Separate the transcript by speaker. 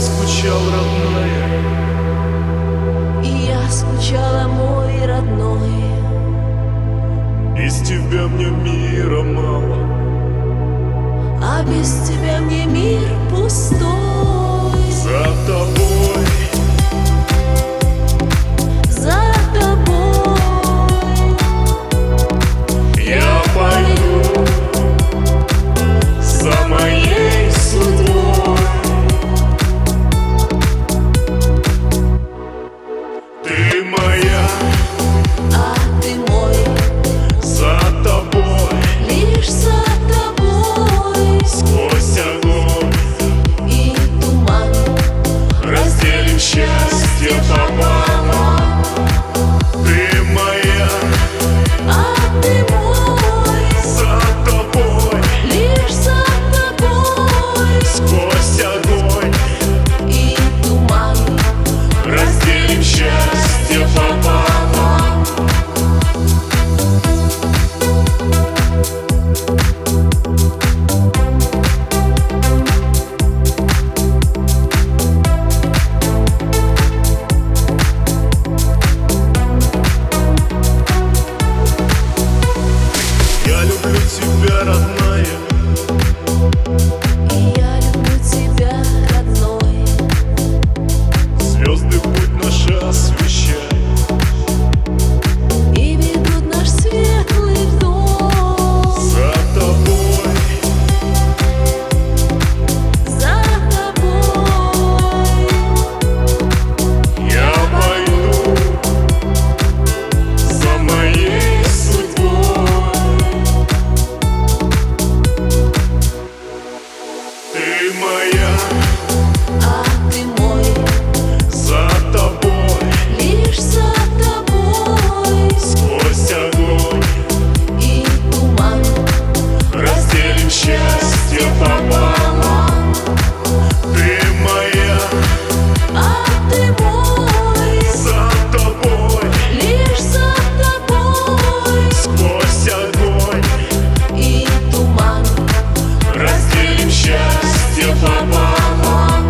Speaker 1: скучал, родная.
Speaker 2: И я скучала, мой родной
Speaker 1: Без тебя мне мира мало.
Speaker 2: А без тебя мне мир пустой
Speaker 1: За тобой
Speaker 2: А А